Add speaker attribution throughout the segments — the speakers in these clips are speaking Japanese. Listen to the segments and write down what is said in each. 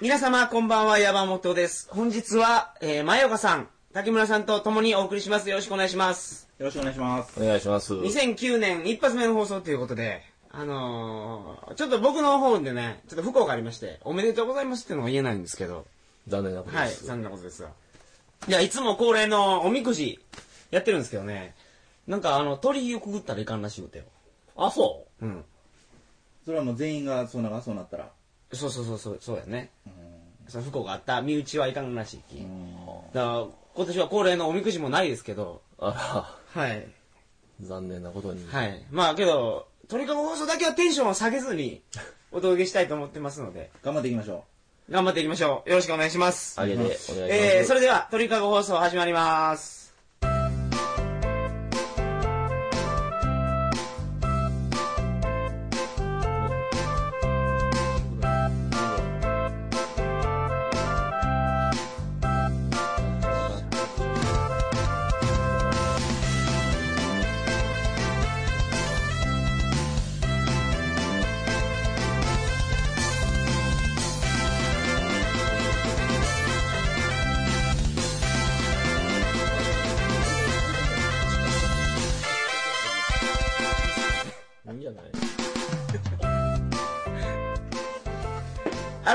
Speaker 1: 皆様、こんばんは、山本です。本日は、えー、前岡さん、竹村さんと共にお送りします。よろしくお願いします。
Speaker 2: よろしくお願いします。
Speaker 3: お願いします。
Speaker 1: 2009年一発目の放送ということで、あのー、ちょっと僕の方でね、ちょっと不幸がありまして、おめでとうございますっていうのが言えないんですけど、
Speaker 3: 残念なこと
Speaker 1: は
Speaker 3: で
Speaker 1: い、
Speaker 3: す。
Speaker 1: 残念なことですが。いや、いつも恒例のおみくじ、やってるんですけどね、なんかあの、鳥をくぐったらいかんらしいのてよ。
Speaker 3: あ、そ
Speaker 1: うん。
Speaker 2: それはもう全員がそうながそうなったら。
Speaker 1: そうそうそうそう、そうやね。
Speaker 2: う
Speaker 1: その不幸があった、身内はいかんらしいき。
Speaker 2: ん。
Speaker 1: だから、今年は恒例のおみくじもないですけど、
Speaker 3: うあ
Speaker 1: はい。
Speaker 3: ら、残念なことに。
Speaker 1: はい。まあけど、トリカゴ放送だけはテンションを下げず に、お届けしたいと思ってますので、
Speaker 2: 頑張っていきましょ
Speaker 1: 頑張っていきましょう。よろしくお願いします。
Speaker 3: あげて、お願いします。
Speaker 1: えー、それでは、トリカゴ放送始まります。
Speaker 3: いいんじゃない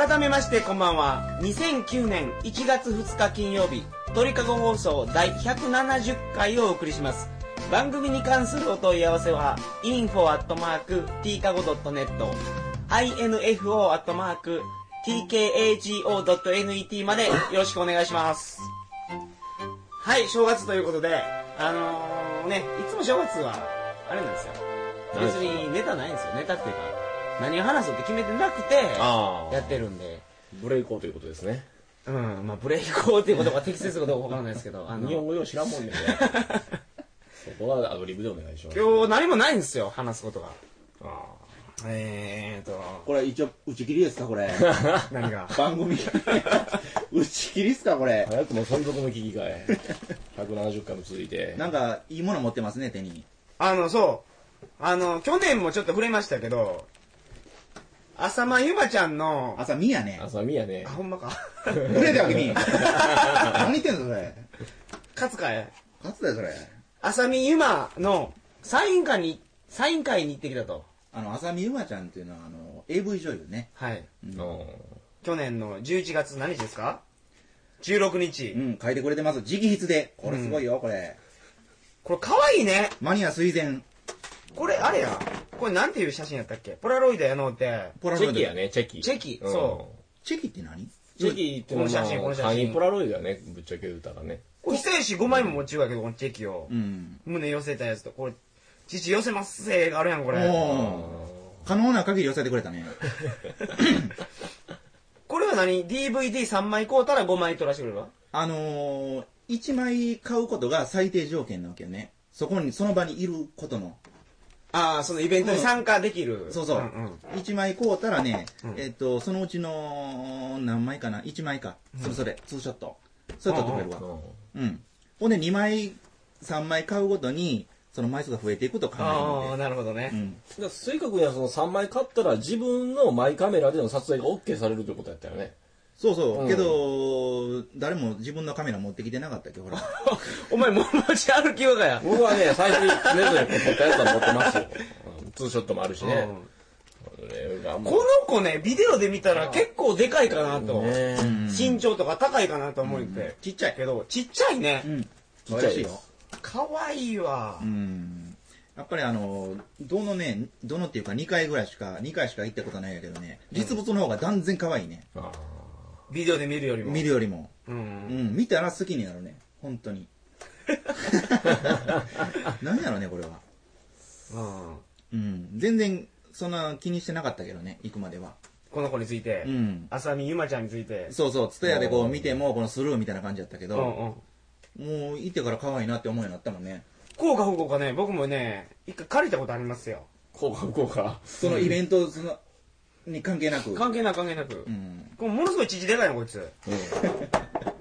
Speaker 1: 改めまして、こんばんは。2009年1月2日金曜日、トリカゴ放送第170回をお送りします。番組に関するお問い合わせは、info.tkago.net、info.tkago.net までよろしくお願いします。はい、正月ということで、あのー、ね、いつも正月は、あれなんですよ。
Speaker 3: 何で
Speaker 1: 別
Speaker 3: すか
Speaker 1: にネタないんですよ。ネタっていうか、何を話そうって決めてなくて、
Speaker 3: あ
Speaker 1: や
Speaker 3: あ、
Speaker 1: ってるんで、
Speaker 3: ブレイクをということですね。
Speaker 1: うん、まあ、ブレイク王っていうことが適切なことかわからないですけど、あの、
Speaker 3: 日本
Speaker 1: 今
Speaker 3: 語よう知らん もんね。そこはアドリブでお願いします。
Speaker 1: 日何もないんですよ、話すことが。
Speaker 3: あ
Speaker 1: えーと
Speaker 2: う。、これ一応、打ち切りですか、こ れ。
Speaker 1: 何が。
Speaker 2: 番 組。打ち切りですか、これ
Speaker 3: あ。。早くも存続の危機かい。170回も続いて。
Speaker 2: なんか、いいもの持ってますね、手に。
Speaker 1: あの、そう、あの、去年もちょっと触れましたけど、浅間ゆばちゃんの、
Speaker 2: 朝、みやね。
Speaker 3: 浅見やね
Speaker 1: あ、。ほんまか。
Speaker 2: くれたよ、 君。何言ってんの、それ。
Speaker 1: 勝つかい
Speaker 2: 勝つだよ、それ。
Speaker 1: 浅見ゆまのサイン会に、サイン会に行ってきたと。
Speaker 2: あの、浅見ゆまちゃんっていうのは、あの、AV 女優ね。
Speaker 1: はい。
Speaker 3: う
Speaker 1: 去年の11月何日ですか ?16日。
Speaker 2: うん、書いてくれてます。直筆で。これすごいよ、これ。
Speaker 1: これ可愛いね。
Speaker 2: マニア垂涎。
Speaker 1: これ、あれや。これなんていう写真やったっけポラロイドやのうて。
Speaker 2: ポラ
Speaker 3: ん。
Speaker 2: ロ
Speaker 3: チ
Speaker 2: イド
Speaker 3: ェキや。ね、チェキ。
Speaker 1: チェキ
Speaker 3: うん
Speaker 1: そ
Speaker 2: チェキって何
Speaker 3: チェキってのは
Speaker 1: この写真この写真
Speaker 3: 簡易ポラロイドやね、ぶっちゃけ言うたらね。
Speaker 1: これ久吉5枚も持ちゅうやけど、このチェキを
Speaker 2: う。ん。
Speaker 1: 胸寄せたやつと、これ、父寄せますせがあるやん、これ。
Speaker 2: おー。可能な限り寄せてくれたね。
Speaker 1: これは何 ?DVD3 枚買うたら5枚取らしてくれるわ。
Speaker 2: あのー、1枚買うことが最低条件なわけよね。そこに、その場にいることの。
Speaker 1: ああ、そのイベントに参加できる。
Speaker 2: そうそ
Speaker 1: ん
Speaker 2: う。
Speaker 1: ん
Speaker 2: 1枚買うたらね、
Speaker 1: うん
Speaker 2: えっと、そのうちの、何枚かな ?1 枚か。それそれ、ツーショット。それ取ってくれる
Speaker 3: う
Speaker 2: わ。
Speaker 3: ん。
Speaker 2: うん。ほんで、2枚、3枚買うごとに、その枚数が増えていくと考える
Speaker 1: ああ、
Speaker 2: の
Speaker 1: なるほど
Speaker 2: で。う
Speaker 1: ね。
Speaker 2: ん。
Speaker 3: だからスイカ君はその3枚買ったら自分のマイカメラでの撮影が OK されるということやったよね。
Speaker 2: そうそう。
Speaker 3: うん
Speaker 2: けど、誰も自分のカメラ持ってきてなかったっけ、ほら。
Speaker 1: お前、も持ち歩きようがや。
Speaker 3: 僕はね、最初にそれぞれ撮ったやつは持ってますよ。うんツーショットもあるしね
Speaker 1: う。ん
Speaker 3: ねあんま
Speaker 1: この子ね、ビデオで見たら結構でかいかなと。
Speaker 3: ね
Speaker 2: うん
Speaker 1: 身長とか高いかなと思って。
Speaker 2: ちっちゃい
Speaker 1: けど、ちっちゃいね
Speaker 2: う。ん。
Speaker 3: ちっちゃいです
Speaker 2: 可愛よ。
Speaker 1: 可愛いわ
Speaker 2: う。んやっぱりあの、どのね、どのっていうか2回ぐらいしか、2回しか行ったことないんやけどね、実物の方が断然可愛いね。
Speaker 3: あ
Speaker 1: ビデオで見るよりも。
Speaker 2: 見るよりも。
Speaker 1: う。
Speaker 2: うんん、見たら好きになるね。本当に。 何やろね、これは。
Speaker 1: うん。
Speaker 2: うん。全然、そんな気にしてなかったけどね、行くまでは。
Speaker 1: この子について
Speaker 2: う。ん。
Speaker 1: 浅見ゆまちゃんについて。
Speaker 2: そうそう、ツタヤでこう見ても、このスルーみたいな感じやったけ
Speaker 1: うん
Speaker 2: ど、
Speaker 1: うん。
Speaker 2: もう行ってから可愛いなって思うようになったもんね。
Speaker 1: こうか不幸かね、僕もね、一回借りたことありますよ。
Speaker 3: こうか、こうか。
Speaker 2: そのイベント、その、に関係なく。
Speaker 1: 関係なく関係なく。
Speaker 2: うん。
Speaker 1: これものすごい父でかいの、こいつ。
Speaker 3: うん。本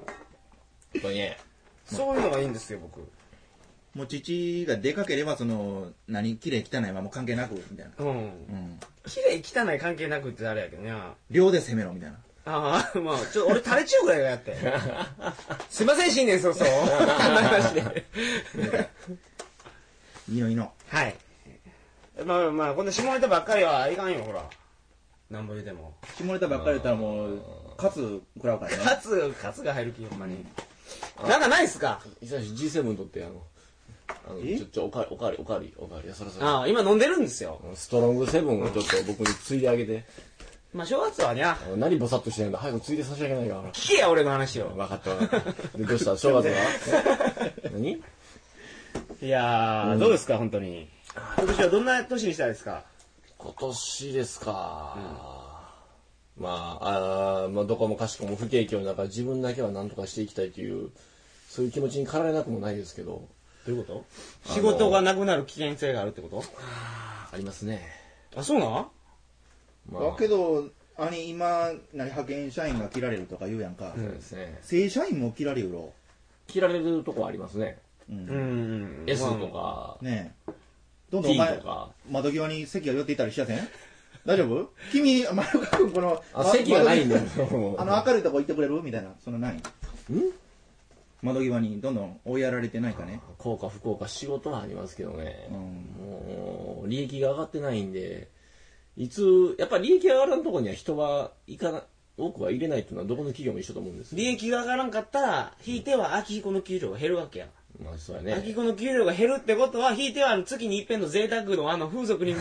Speaker 3: 当にね。
Speaker 1: そういうのがいいんですよ、僕。
Speaker 2: もう父が出かければその何綺麗汚いはもう関係なくみたいな、
Speaker 1: うん
Speaker 2: う。ん、
Speaker 1: 綺麗汚い関係なくってあれやけどね。
Speaker 2: 量で攻めろみたいな
Speaker 1: ああ、まあ、ちょっと俺、垂れ中ぐらいがや って。すいません、新年早々。 こんな話で。
Speaker 2: いいのいいの。
Speaker 1: はい。まあまあ、こんな下ネタばっかりはいかんよ、ほら。なんぼ言うても。
Speaker 2: 下ネタばっかり言ったらもう、カツ食らう からね。
Speaker 1: カツ、カツが入る気、ほんまに。なんかないっすか
Speaker 3: 久し G7 にとってあのあのちょちょおかわりおかわりおかわりおかわりいやそろそろ
Speaker 1: ああ、今飲んでるんですよ。
Speaker 3: ストロングセブンをちょっと僕についであげて
Speaker 1: まあ、正月はにゃ、
Speaker 3: あの何ぼさっとしてないんだ早くついで差し上げないから
Speaker 1: 聞けや、俺の話を。
Speaker 3: 分かった分かったでどうした正月 はえ何
Speaker 1: いやー、どうですか、本当に。今年はどんな年にしたいですか
Speaker 3: 今年ですか、まああーまあどこもかしこも不景況の中自分だけは何とかしていきたいというそういう気持ちに駆られなくもないですけど
Speaker 1: どういうこと仕事がなくなる危険性があるってこと
Speaker 3: ありますね
Speaker 1: あ、そうなん
Speaker 3: ま
Speaker 2: だけど、兄、今、何派遣社員が切られるとか言うやんか。
Speaker 3: そうですね
Speaker 2: 正社員も切られるろ。
Speaker 3: 切られるとこありますね
Speaker 1: うん
Speaker 3: S と。か
Speaker 2: ねえ。どんどんお
Speaker 3: T
Speaker 2: 前
Speaker 3: と、か
Speaker 2: 窓際に席が寄っていたりしやせん大丈夫 君、丸川君、この、
Speaker 3: あ
Speaker 2: ま
Speaker 3: 席がないんだよ
Speaker 2: 窓際あの、明るいとこ行ってくれるみたいな、そんなないん窓際にどんどん追いやられてないかね。
Speaker 3: 効果不効果仕事はありますけどね、
Speaker 2: うん
Speaker 3: もう利益が上がってないんでいつやっぱり利益が上がらんとこには人は行かな多くは入れないっていうのはどこの企業も一緒と思うんですよ
Speaker 1: 利益が上がらんかったら、引いては秋彦の給料が減るわけや。
Speaker 3: まあそうや
Speaker 1: 秋
Speaker 3: ね
Speaker 1: 彦の給料が減るってことは、引いてはあの月に一遍の贅沢のあの風俗にも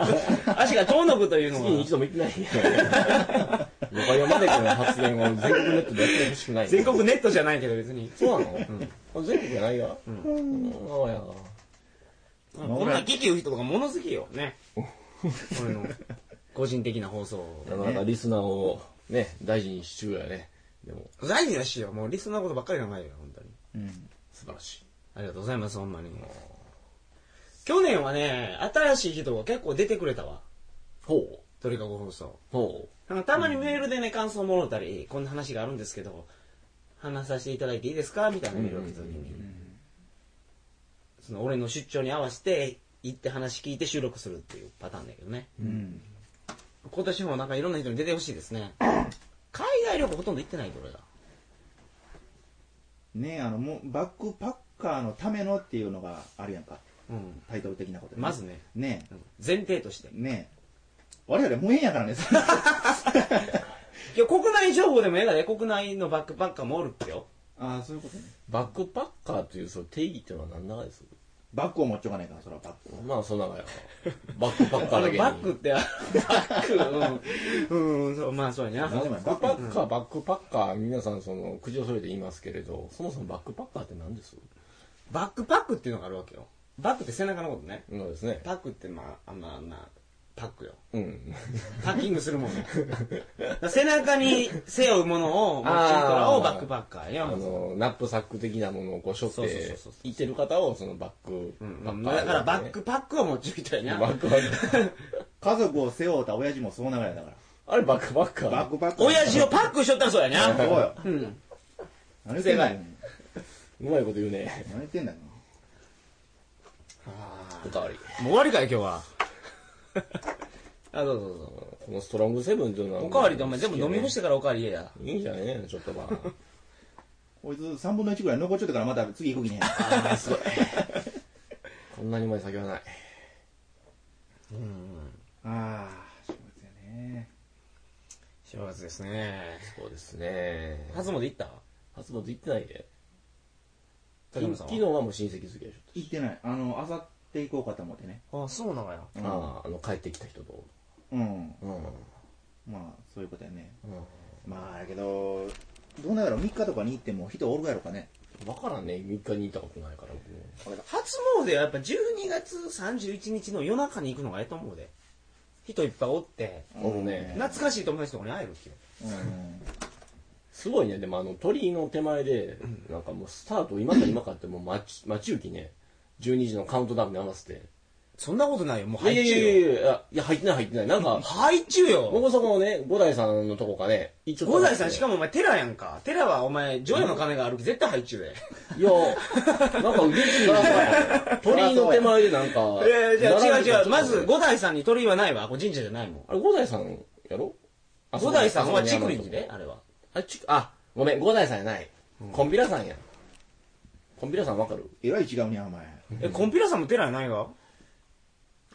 Speaker 1: 足が遠のくというの
Speaker 3: 月に一
Speaker 1: は、
Speaker 3: 度も行ってないんだよロカヨマネコの発言を全国ネットでやってほしくない
Speaker 1: 全国ネットじゃないけど別に。
Speaker 3: そうなの、あ全国じゃないよ、うん、そうや
Speaker 1: こんな聞き言う人とか物好きよ。ね。俺の個人的な放送を。
Speaker 3: なかなかリスナーをね大事にしちゅうやねでも
Speaker 1: 大事だしよ。もうリスナーのことばっかり考えるよ、本当に。
Speaker 2: うん。
Speaker 3: 素晴らしい
Speaker 1: ありがとうございます、ほんまに。去年はね、新しい人が結構出てくれたわ。
Speaker 3: ほう
Speaker 1: 鳥かご放送。
Speaker 3: ほ
Speaker 1: あのたまにメールでね、感想もろたり、こんな話があるんですけど、話させていただいていいですかみたいなメールが来た時に、その俺の出張に合わせて、行って話聞いて収録するっていうパターンだけどね。
Speaker 2: うん。
Speaker 1: 今年もなんかいろんな人に出てほしいですね。海外旅行ほとんど行ってないで俺ら。
Speaker 2: ねえ、あの、もう、バックパッカーのためのっていうのがあるやんか。
Speaker 1: うん。
Speaker 2: タイトル的なことで
Speaker 1: まずね。
Speaker 2: ね
Speaker 1: 前提として
Speaker 2: え。。ねえ。我々無縁やからね。
Speaker 1: いや、国内情報でもええがね、国内のバックパッカーもおるってよ。
Speaker 2: ああ、そういうことね。
Speaker 3: うバックパッカーというその定義っていうのは何らかです
Speaker 2: バックを持っちょかないから、それはバック。
Speaker 3: まあそんながやバックパッカ
Speaker 1: あの
Speaker 3: ーだけに
Speaker 1: バックって、あバック、うん、うん、そうまあそうや
Speaker 2: 何
Speaker 1: な。
Speaker 2: でもや
Speaker 3: バ
Speaker 2: バッ
Speaker 3: ックパ
Speaker 2: ク。
Speaker 3: ッカーバックパッカー皆さんその口をそれて言いますけれどそもそもバックパッカーって何です
Speaker 1: バックパックっていうのがあるわけよ。バックって背中のことね。
Speaker 3: のですね
Speaker 1: パックってまあ、あまあまあ、パックよ。
Speaker 3: うん
Speaker 1: パッキングするもんね。だから背中に背負うものを持ちからをバックパッカー
Speaker 3: あ
Speaker 1: や。
Speaker 3: のナップサック的なものをこう背負
Speaker 1: そう
Speaker 3: っ
Speaker 1: そうそう
Speaker 3: て
Speaker 1: そう
Speaker 3: いてる方をそのバック
Speaker 1: うん
Speaker 3: パッカ
Speaker 1: だ
Speaker 3: ー
Speaker 1: からバ
Speaker 3: ね
Speaker 1: ックパックを持ちみたいな。
Speaker 3: バックパッカー
Speaker 2: 家族を背負うた親父もそうながらだから。
Speaker 3: あれバックパッカー
Speaker 2: バックパッカー。
Speaker 1: 親父をパックしとったらそうや
Speaker 2: そう
Speaker 1: な。
Speaker 2: よ。
Speaker 1: うん。
Speaker 2: 何言ってんだよ。
Speaker 3: うまいこと言うね
Speaker 2: 何言ってんだよ。
Speaker 3: おかわり
Speaker 1: もう終わりかい今日 は。あ、どうぞどうぞ。
Speaker 3: このストロングセブンというのは
Speaker 1: おかわりでお前全部飲み干しててからおかわり言えや。
Speaker 3: いいんじゃねえちょっとまあ
Speaker 2: こいつ3分の1ぐらい残っちゃったからまた次行く気ね。
Speaker 3: こんなにうまい酒はない
Speaker 2: ああ、正月やね。
Speaker 1: 正月ですね。
Speaker 3: そうですね
Speaker 1: 初詣行った
Speaker 3: 初詣行ってないで
Speaker 1: 高山さんは
Speaker 3: 昨日はもう親戚付き合いし
Speaker 2: 行ってない。あの、あさって行こうかと思ってね。
Speaker 1: あ、そうなのよ。
Speaker 3: ょあああの帰ってきた人と
Speaker 2: うん。
Speaker 3: うん
Speaker 2: まあ、そういうことやね。まあ、やけど、どうなんやろう、3日とかに行っても人おるやろかね。
Speaker 3: 分からんね3日にいたことないから僕も
Speaker 1: 初詣はやっぱ12月31日の夜中に行くのがええと思うで。人いっぱいおって、
Speaker 3: おるね
Speaker 1: 懐かしい友達とかに会えるっていう。
Speaker 2: うん。
Speaker 3: すごいねでもあの鳥居の手前でなんかもうスタート今か今かってもう待ち待ち受けね12時のカウントダウンに合わせて
Speaker 1: そんなことないよ、もう
Speaker 3: いやい
Speaker 1: 入っ
Speaker 3: や
Speaker 1: ち
Speaker 3: い
Speaker 1: ゅ
Speaker 3: や
Speaker 1: うよ。
Speaker 3: いやいやいや入ってない入ってないなんか
Speaker 1: 入っちゅうよ。
Speaker 3: 僕そこのね五代さんのとこかね一応
Speaker 1: 五代さんしかもお前寺やんか。寺はお前、女優の金があるき絶対入っちゅうで。
Speaker 3: いやなんか嬉しいな鳥居の手前でなんか
Speaker 1: いやいや、違う
Speaker 3: 並んでた
Speaker 1: 違う。
Speaker 3: 人
Speaker 1: まず、五代さんに鳥居はないわ。これ神社じゃないもん。
Speaker 3: あれ、五代さんやろあ
Speaker 1: 五代さんは
Speaker 3: そ
Speaker 1: チ
Speaker 3: こ
Speaker 1: ク
Speaker 3: に
Speaker 1: リキであれは。
Speaker 3: あ、ちあ、ごめん、五代さんやない。コンビラさんや。コンビラさんわかる
Speaker 2: えらい違うね、お前。
Speaker 1: え、コンピラさんも寺やないが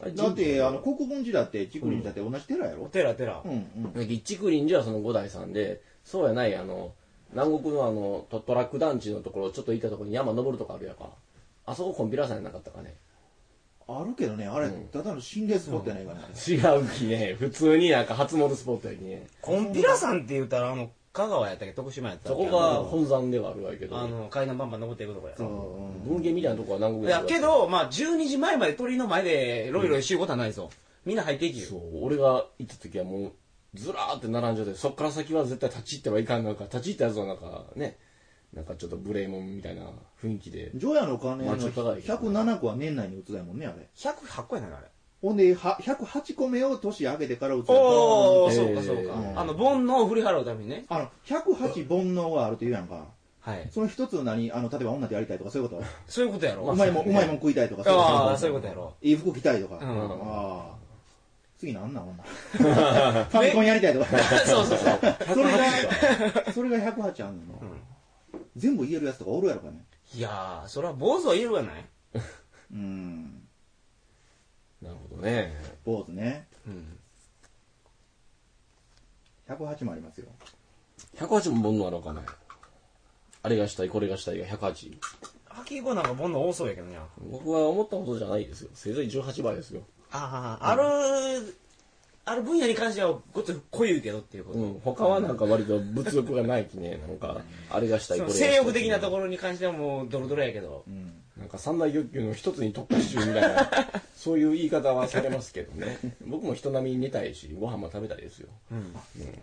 Speaker 3: あれ
Speaker 2: だっ
Speaker 3: 神
Speaker 2: て、
Speaker 3: 社
Speaker 2: あの、国分寺だって、チクリンだって同じ寺やろ。
Speaker 1: 寺寺
Speaker 2: う。んうん。
Speaker 3: で一クリン寺はその五代さんで、そうやない、あの、南国のあの、トトラック団地のところ、ちょっと行ったところに山登るとかあるやんか。あそこコンビラさんやなかったかね。
Speaker 2: あるけどね、あれ、ただの心霊スポットやないかな。
Speaker 3: 違うきね。普通になんか初詣スポットやきね。
Speaker 1: コンピラさんって言うたら、あの、香川やったっけ徳島やったっ
Speaker 3: そ
Speaker 1: け
Speaker 3: こが本山ではあるわけど。
Speaker 1: あの、階段バンバン登っていくとこや。
Speaker 2: うん
Speaker 3: 文芸みたいなとこは南
Speaker 1: い
Speaker 3: 国
Speaker 1: や、けど、まあ、12時前まで鳥の前で、ロイロイしうことはないぞ。みんな入っていき
Speaker 3: そ
Speaker 1: よ。
Speaker 3: う、俺が行った時はもう、ずらーって並んじゃって、そっから先は絶対立ち入ってはいかんなんか、立ち入ったやつはなんかね、なんかちょっと無礼もんみたいな雰囲気で。
Speaker 2: ジョヤの鐘の
Speaker 3: まあちょっと高いけど
Speaker 2: 107個は年内に打つだもんね、あれ。
Speaker 1: 108個やないあれ。
Speaker 2: ほんで、は108個目を年上げてから打つやん
Speaker 1: おー、
Speaker 3: ーそ
Speaker 1: そううか
Speaker 3: か
Speaker 1: そ
Speaker 3: そ
Speaker 1: うう
Speaker 3: か
Speaker 1: か。あの、煩悩を振り払うためにね。
Speaker 2: あの、108煩悩があるというやんか。
Speaker 1: はい。
Speaker 2: その一つ何あの、例えば女とやりたいとかそういうこと
Speaker 1: そういうことやろ。
Speaker 2: うまいもん、うまいもん食いたいとか
Speaker 1: ああ、そういうことやろ。
Speaker 2: いい服着たいとか。
Speaker 1: うん
Speaker 2: ああ。次なんなん女。ファミコンやりたいとか。
Speaker 1: そうそうそう。
Speaker 2: それが、それが108あんのな。全部言えるやつとかおるやろかね。
Speaker 1: いやー、それは坊主は言うわない
Speaker 2: うん。
Speaker 3: なるほどね。
Speaker 2: 坊主ね。
Speaker 1: うん。
Speaker 2: 108もありますよ。
Speaker 3: 108も煩悩あるのかね。あれがしたい、これがしたいが108。
Speaker 1: 秋以降なんか煩悩多そうやけどね。
Speaker 3: 僕は思ったことじゃないですよ。せいぜい18倍ですよ。
Speaker 1: ああ、ある、ある分野に関しては、ごっつ濃ゆいけどっていうこ
Speaker 3: う
Speaker 1: と。
Speaker 3: ん。他はなんか割と物欲がないきね。なんか、あれがしたい、
Speaker 1: そ
Speaker 3: こ
Speaker 1: の
Speaker 3: れがしたい。
Speaker 1: 性欲的なところに関してはもうドロドロやけど。
Speaker 2: うん。
Speaker 3: なんか三大欲求の一つに特化してるみた いな、そういう言い方はされますけどね。僕も人並みに寝たいし、ご飯も食べたいですよ。
Speaker 1: うん。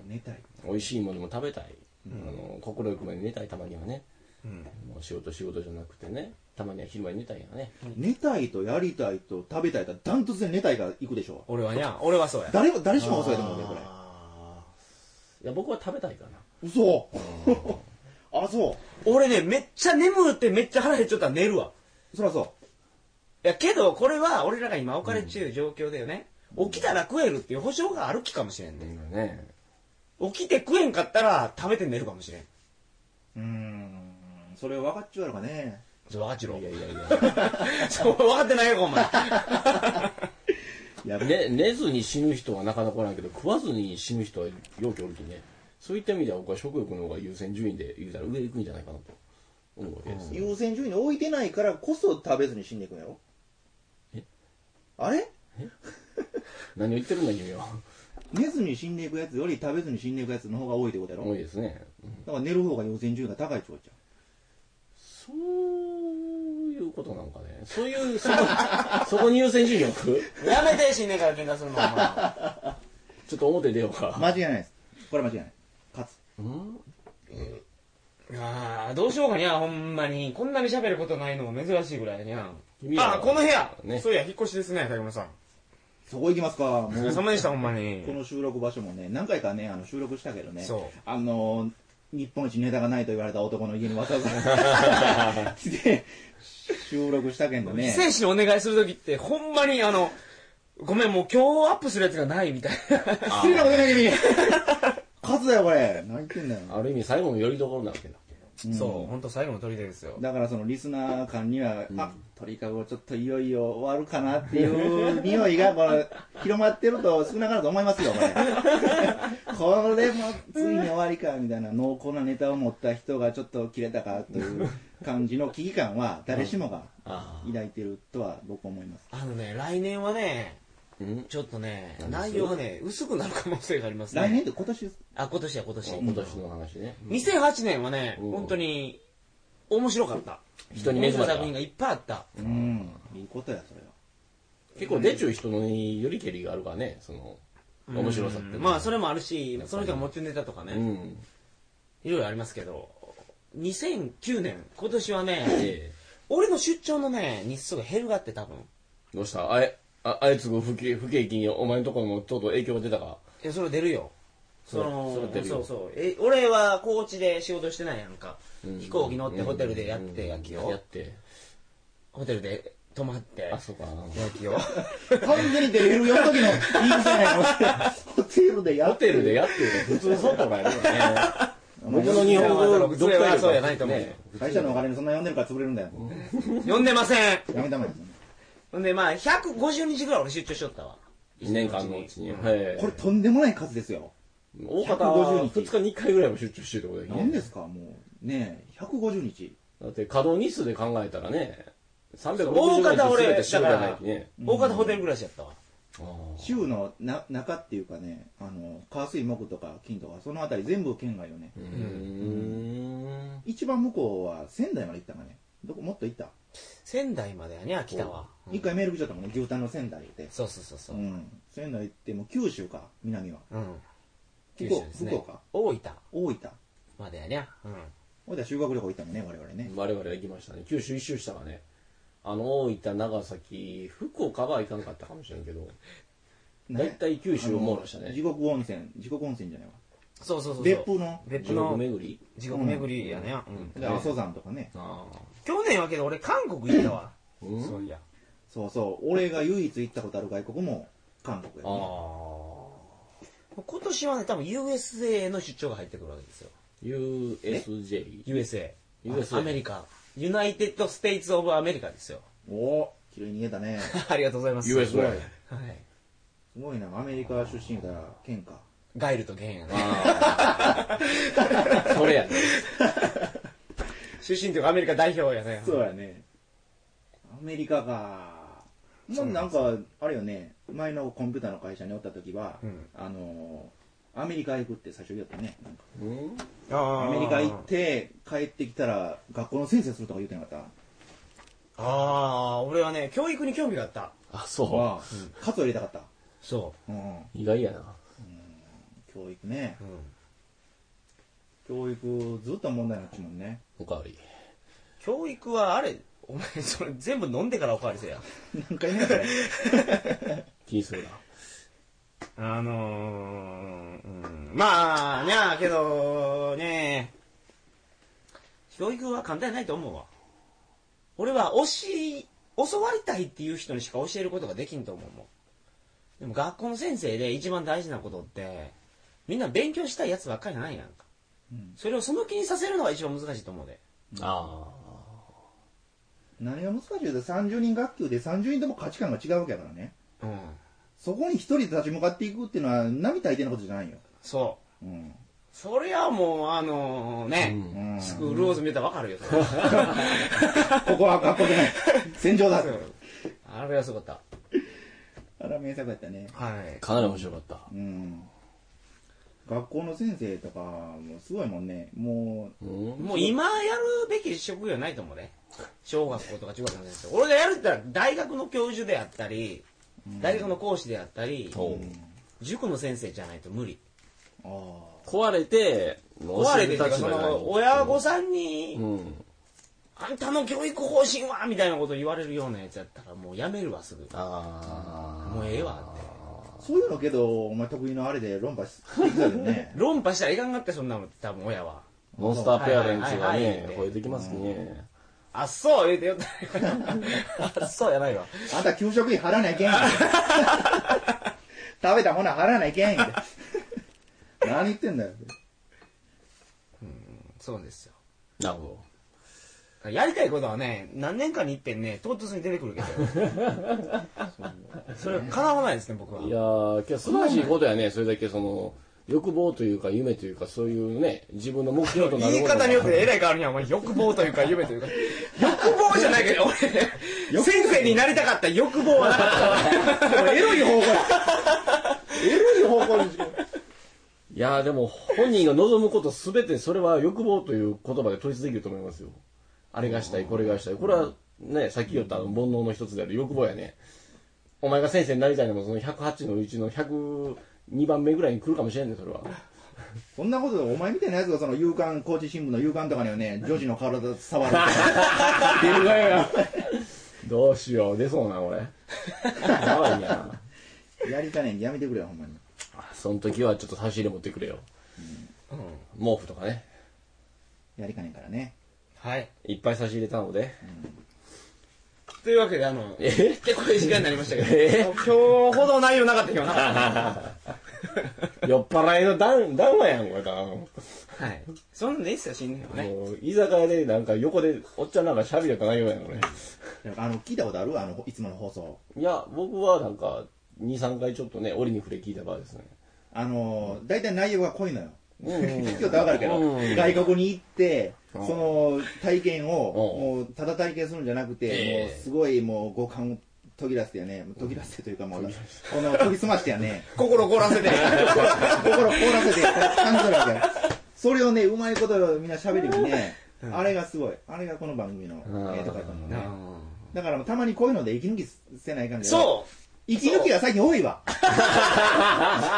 Speaker 2: 寝たい。
Speaker 3: 美味しいものも食べたい。あの、心よくまで寝たい、たまにはね。
Speaker 1: うん。
Speaker 3: もう仕事仕事じゃなくてね。たまには昼間に寝たいよね。
Speaker 2: 寝たいとやりたいと食べたいとダントツで寝たいから行くでしょ。
Speaker 1: 俺はにゃ、俺はそうや。
Speaker 2: 誰も、誰しもそうやと思うね、これ。
Speaker 3: いや、僕は食べたいかな。
Speaker 2: 嘘 あ、そ
Speaker 1: 俺ね、めっちゃ眠ってめっちゃ腹減っちゃったら寝るわ。
Speaker 2: う。そらそ
Speaker 1: いや、けど、これは俺らが今置かれちゅう状況だよね。起きたら食えるっていう保証があるきかもしれんね。
Speaker 3: ね。
Speaker 1: 起きて食えんかったら食べて寝るかもしれん。
Speaker 2: う。うーん。それ分かっちゃうやろかね。
Speaker 1: それ分かっちろ
Speaker 3: い。やいや い
Speaker 1: そう、分かってないよ、お前。
Speaker 2: や
Speaker 3: や。
Speaker 2: べ
Speaker 3: ね、寝ずに死ぬ人はなかなかおらんけど、食わずに死ぬ人は容器おるとね。そういった意味では僕は食欲の方が優先順位で言うたら上行くんじゃないかなと思うわけですよ。
Speaker 2: 優先順位に置いてないからこそ食べずに死んでいくんやろ
Speaker 3: え
Speaker 2: あれ
Speaker 3: 何を言ってるんだ君は
Speaker 2: 寝ずに死んでいくやつより食べずに死んでいくやつの方が多いってことやろ
Speaker 3: 多いですね
Speaker 2: だから寝る方が優先順位が高いってことじゃ
Speaker 3: そういうことなんかねそうい うそこそこに優先順位を置く
Speaker 1: やめて、死んでから喧嘩するの、お前。
Speaker 3: ちょっと表出ようか
Speaker 2: ん間違いないですこれは間違いない勝つ
Speaker 3: うん
Speaker 1: ああ、どうしようかにゃ、ほんまに。こんなに喋ることないのも珍しいぐらいやにゃ。
Speaker 3: 君
Speaker 1: あ
Speaker 3: は
Speaker 1: ー、この部屋、
Speaker 3: ね
Speaker 1: そういや、引っ越しですね、竹村さん。
Speaker 2: そこ行きますかもう
Speaker 1: お疲れ様でした、ほんまに。
Speaker 2: この収録場所もね何回かねあの収録したけどね
Speaker 1: そう
Speaker 2: あのー日本一ネタがないと言われた男の家にわざわざ来て収録したけんどね
Speaker 1: 選手にお願いするときって、ほんまにあの、ごめん、もう今日アップするやつがないみたいな。
Speaker 2: 失礼なこと言うな君勝つだよこれ何言ってんだよ
Speaker 3: ある意味最後のよりどころなわけだ
Speaker 1: そう、ほんと最後の砦ですよ。
Speaker 2: だからそのリスナー間には、あ鳥かごちょっといよいよ終わるかなっていう 匂いがこの広まってると少なからず思いますよこれ これもついに終わりかみたいな濃厚なネタを持った人がちょっと切れたかという感じの危機感は誰しもが
Speaker 3: あ
Speaker 2: 抱いてるとは僕思います
Speaker 1: あのね、来年はね、
Speaker 3: うん
Speaker 1: ちょっとね、
Speaker 3: 何です
Speaker 1: 内容がね、薄くなる可能性がありますね。
Speaker 2: 来年って今年です
Speaker 1: あ、今年や、今年。
Speaker 3: 今年の話ね
Speaker 1: 2008年はね、
Speaker 3: うん
Speaker 1: 本当に、面白かった。
Speaker 3: 人に
Speaker 1: 面
Speaker 3: 珍し
Speaker 1: 白い作
Speaker 3: かった
Speaker 1: 品がいっぱいあった。
Speaker 2: うんいいことやそれは
Speaker 3: 結構出ちゅう人のよりけりがあるからねその面白さって
Speaker 1: うんまあ、それもあるし、その人が持ちネタとか
Speaker 3: う
Speaker 1: ね、
Speaker 3: ん
Speaker 1: いろいろありますけど、2009年、今年はね、
Speaker 3: ええ
Speaker 1: 俺の出張のね、日数が減るがって多分。
Speaker 3: どうしたあえああいつご不景不景気にお前のところもとうとう影響が出たか
Speaker 1: いや、それ出るよ。その
Speaker 3: それ出るよ
Speaker 1: そうそうえ俺は高知で仕事してないやんか、
Speaker 3: うん
Speaker 1: 飛行機乗ってホテルでやって野球を、
Speaker 3: やって
Speaker 1: ホテルで泊まって
Speaker 3: あそうか
Speaker 1: 野球を
Speaker 2: 完全に出れるよ時のいいじゃないの ホテルでや
Speaker 3: ホ
Speaker 2: って
Speaker 3: テ
Speaker 2: る
Speaker 3: ルでやってる普通そうとかやるからね。 僕の日本
Speaker 1: いや
Speaker 3: 語
Speaker 1: まあ
Speaker 3: 独特
Speaker 1: それはそうやないと思う
Speaker 3: ね
Speaker 2: 会社のお金にそんな呼んでるから潰れるんだよ。
Speaker 1: 呼んでません
Speaker 2: やめたまえ。
Speaker 1: ほんでまあ150日ぐらい俺出張しとったわ
Speaker 3: 2年間のうちに。
Speaker 1: うん
Speaker 3: はい
Speaker 2: これとんでもない数ですよ。
Speaker 3: 大方
Speaker 2: 150日
Speaker 3: 2日に1回ぐらいも出張してるってことだよ
Speaker 2: 何ですかもう。ねえ、150日。
Speaker 3: だって稼働日数で考えたらね、360
Speaker 1: 大方
Speaker 3: 日
Speaker 1: 俺
Speaker 3: 全て仕事じゃないとね。
Speaker 1: 大方ホテル暮らしやったわ
Speaker 2: 週のな中っていうかね、あの、火水木とか金とか、そのあたり全部県外よね。
Speaker 3: うーん。
Speaker 2: 一番向こうは仙台まで行ったかね。どこもっと行った。
Speaker 1: 仙台までやね秋田は
Speaker 2: 一回メール来ちゃったもんね、牛タンの仙台で。。
Speaker 1: そうそうそうそううん
Speaker 2: 仙台行っても九州か、南は。
Speaker 1: うん
Speaker 2: 福
Speaker 1: 九
Speaker 2: 岡
Speaker 1: 州ですね
Speaker 2: 福岡
Speaker 1: 大分
Speaker 2: 大分。
Speaker 1: までやねうん
Speaker 2: ほいで修学旅行行ったもんね、我々ね。
Speaker 3: 我々は行きましたね。九州一周したらね、あの、大分、長崎、福岡は行かなかったかもしれんけど、
Speaker 2: ね
Speaker 3: 大体九州を網羅した
Speaker 2: あの地
Speaker 3: ね。
Speaker 2: 獄温泉、地獄温泉じゃないわ。
Speaker 1: そうそうそうそう
Speaker 2: 別府の、
Speaker 1: 別
Speaker 3: 地
Speaker 1: 府
Speaker 3: 獄
Speaker 1: の
Speaker 3: 巡り。
Speaker 1: 地獄巡りやねうん
Speaker 2: で阿蘇山とかね。
Speaker 3: ああ。
Speaker 1: 去年はけど俺韓国行ったわ
Speaker 3: うん
Speaker 1: そういや
Speaker 2: そうそう、俺が唯一行ったことある外国も韓国やね。
Speaker 3: ああ。
Speaker 1: 今年はね多分 USA の出張が入ってくるわけですよ
Speaker 3: USJ。
Speaker 1: USA
Speaker 3: USA
Speaker 1: アメリカユナイテッド・ステイツ・オブ・アメリカですよ
Speaker 2: おお綺麗に言えたね。
Speaker 1: ありがとうございます
Speaker 3: USA
Speaker 1: はい
Speaker 2: すごいな、アメリカ出身から、県か。
Speaker 1: ガイルとゲンやね
Speaker 3: あ あ。それやね。
Speaker 1: 出身というかアメリカ代表やね
Speaker 2: そうやね。アメリカか。もうなんか、あれよね、前のコンピューターの会社におった時は、
Speaker 1: うん
Speaker 2: あのーアメリカ行くって最初言ったね。なんか
Speaker 3: うん
Speaker 2: ア
Speaker 1: ア
Speaker 2: メリカ行って、帰ってきたら、学校の先生するとか言うてなかっ
Speaker 1: ああ俺はね教育に興味があった
Speaker 3: あ、
Speaker 2: た。
Speaker 3: そ
Speaker 2: は、カツを入れたかった。
Speaker 1: そ
Speaker 2: うん。
Speaker 3: う。意外やな。
Speaker 2: 教育ね
Speaker 1: う、。
Speaker 2: 教育ずっと問題になっちゃうもんね。
Speaker 3: おかわり。
Speaker 1: 教育はあれお前それ全部飲んでからおかわりせや
Speaker 2: 何回目だよ。
Speaker 3: 気にするな。
Speaker 1: あのー、うん、まあ、にゃあけど、ね教育は簡単やないと思うわ。俺は教え、教わりたいっていう人にしか教えることができんと思うもん。でも学校の先生で一番大事なことって、みんな勉強したいやつばっかりなんやんか。
Speaker 2: うん
Speaker 1: それをその気にさせるのが一番難しいと思うで。
Speaker 3: あ
Speaker 2: 何が難しいって30人学級で30人とも価値観が違うわけやからね
Speaker 1: うん。
Speaker 2: そこに一人で立ち向かっていくっていうのは並大抵のことじゃないよ
Speaker 1: そ
Speaker 2: うん、
Speaker 1: う。それはもう、あのー
Speaker 3: あ。
Speaker 1: ね、
Speaker 2: うん、
Speaker 1: スクールローズ見たらわかるよ。それ
Speaker 2: ここは学校じゃない戦場だ
Speaker 1: あれはすごかっ
Speaker 2: あら名作やったね
Speaker 1: た。はい。
Speaker 3: かなり面白かった。
Speaker 2: うん学校の先生とかもすごいもんねもう
Speaker 3: うん。
Speaker 1: もう今やるべき職業はないと思うね。小学校とか中学校の先生。俺がやるって言ったら大学の教授であったり、大学の講師であったり、
Speaker 3: おう
Speaker 1: 塾の先生じゃないと無理。
Speaker 2: ああ
Speaker 3: 壊れて、
Speaker 1: 壊れてるか、そ
Speaker 3: 教える立場じゃない
Speaker 1: の、親御さんに、
Speaker 3: うん。
Speaker 1: あんたの教育方針はみたいなこと言われるようなやつやったら、もうやめるわ、すぐ。
Speaker 3: ああ。
Speaker 1: もうええわって。
Speaker 2: そういうのけどお前得意のあれで論破してきたよ ね
Speaker 1: 論破したらいかんがって、そんなのって多分親は。
Speaker 3: モンスターペアレンツが
Speaker 1: はいはいはい
Speaker 3: ね
Speaker 1: はい、
Speaker 3: 超えてきますね。
Speaker 1: あっそう言うてよった。 あっそうやないわ。
Speaker 2: あんた給食費払わないけん食べたものは払わないけん何言ってんだよ
Speaker 1: そうですよ。
Speaker 3: なるほ
Speaker 1: やりたいことはね、何年かに一遍ね、唐突に出てくるけ ど。それは叶わないですね、僕は。
Speaker 3: ど。いやー、けど素晴らしいことやね、それだけその、欲望というか夢というか、そういうね、自分の目標となる
Speaker 1: 言い
Speaker 3: ものが
Speaker 1: 方によってえらい変わるには、お前欲望というか夢というか。欲望じゃないけど、俺ね、先生になりたかった欲望はなかったわ。
Speaker 2: エロい方向エロい方向に
Speaker 3: いやーでも本人が望むことすべてそれは欲望という言葉で統一できると思いますよ。あれがしたい、これがしたい。これはね、さっき言ったあの煩悩の一つである欲望やね。お前が先生になりたいのもその108のうちの102番目ぐらいに来るかもしれんねそれは。
Speaker 2: そんなことでお前みたいなやつがその夕刊高知新聞の夕刊とかにはね女子の体触る
Speaker 3: 出るわよ。どうしよう、出そうな、俺。やばいな。
Speaker 2: やりたねんやめてくれよほんまに
Speaker 3: その時はちょっと差し入れ持ってくれよ。毛布とかね。
Speaker 2: やりかねんからね
Speaker 1: はい。
Speaker 3: いっぱい差し入れたので。
Speaker 1: というわけで、あの、
Speaker 3: え
Speaker 1: 結構いい時間になりましたけど、今
Speaker 3: え
Speaker 1: 日ほど内容なかったけどな。
Speaker 3: 酔っ払いの談談話やん、これ、だからも
Speaker 1: はい。そんなんでいいっすよ、死んでもね。
Speaker 3: う居酒屋で、なんか横で、おっちゃんなんか喋りやった内容やん、これ。
Speaker 2: あの、聞いたことあるあの、いつもの放送。
Speaker 3: いや、僕はなんか、2、3回ちょっとね、折に触れ聞いた場合ですね。
Speaker 2: あの、大体内容が濃いのよ。
Speaker 3: うん
Speaker 2: 聞きよってわかるけど、
Speaker 3: うん
Speaker 2: 外国に行って、そ
Speaker 3: うん
Speaker 2: の体験を、
Speaker 3: う
Speaker 2: もうただ体験するんじゃなくて、
Speaker 3: ええ
Speaker 2: もうすごいもう五感を途切らせてやね、途切らせてというかもう、この研ぎ澄ましてやね、
Speaker 1: 心凍ら せて。
Speaker 2: 心凍らせて感じるわけよ。それをね、うまいことみんな喋るよね、
Speaker 1: うん
Speaker 2: あれがすごい。あれがこの番組の
Speaker 3: うん
Speaker 2: ええとこやと思う
Speaker 1: あ
Speaker 2: ね。
Speaker 1: ー
Speaker 2: だからもうたまにこういうので息抜きせないかんけど、
Speaker 1: そう
Speaker 2: 息抜きが最近多 いわ。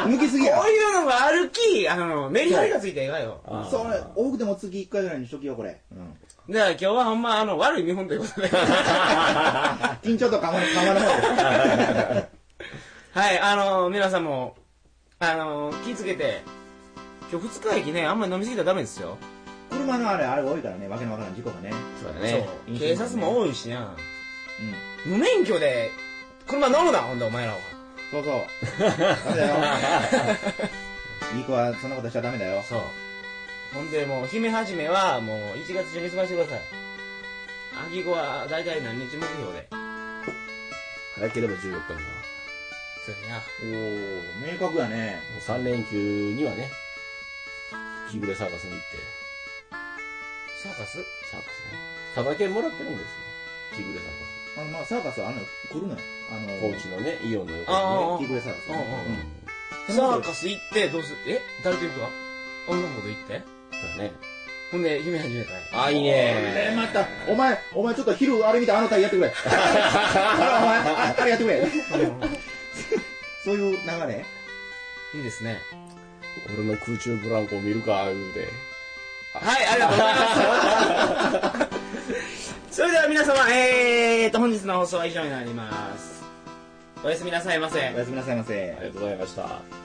Speaker 2: 抜きすぎや
Speaker 1: こ。ういうのが歩き、あの、メリハリがついた映画よ。
Speaker 3: あー
Speaker 2: それ、多くても月1回ぐらいにしときよ、これ。うん
Speaker 1: だから今日はほんま、あの、悪い見本ということで。
Speaker 2: 緊張とかまらかまらない。
Speaker 1: はい、あの、皆さんも、あの、気ぃつけて、今日二日駅ね、あんまり飲みすぎたらダメですよ。
Speaker 2: 車のあれ、あれ多いからね、わけのわからん事故がね。
Speaker 3: そうだね。
Speaker 1: そう。警察も多いしな。
Speaker 2: うん。
Speaker 1: 無免許で、車乗るな、ほんで、お前らは。
Speaker 2: そうそう。ダメだよ。 いい子はそんなことしちゃダメだよ。
Speaker 1: そう。ほんで、もう、姫始めは、もう、1月中に済ましてください。秋子は、だいたい何日目標で。
Speaker 3: 早ければ14日には。
Speaker 1: そうやな。
Speaker 2: おー、明確やね。
Speaker 3: もう3連休にはね、日暮れサーカスに行って、
Speaker 1: サーカス
Speaker 3: サーカスね。サバ券もらってるんですよ。日暮れサーカ
Speaker 2: あの、まあ、サーカスはあの、来るのよ。あ
Speaker 3: ス。
Speaker 2: の、
Speaker 3: 高知のね、イオンの横にね。
Speaker 1: あ
Speaker 2: 来てくれサーカス、ね。
Speaker 1: うんうんうん
Speaker 2: うん
Speaker 1: サーカス行って、どうするえ誰と行くわ女の子と行って
Speaker 3: だね。
Speaker 1: ほんで、姫始めたい。
Speaker 3: あ、いい
Speaker 2: え
Speaker 3: ね
Speaker 2: また、お前、お前ちょっと昼あれ見てあのタイやってくれ。 あらお前、あったりやってくれ。そういう流れ
Speaker 1: いいですね。
Speaker 3: 俺の空中ブランコを見るか、言うて。
Speaker 1: はい、ありがとうございます。そ れでは皆様、えーと、本日の放送は以上になります。おやすみなさいませ。
Speaker 2: おやすみなさいませ。
Speaker 3: ありがとうございました。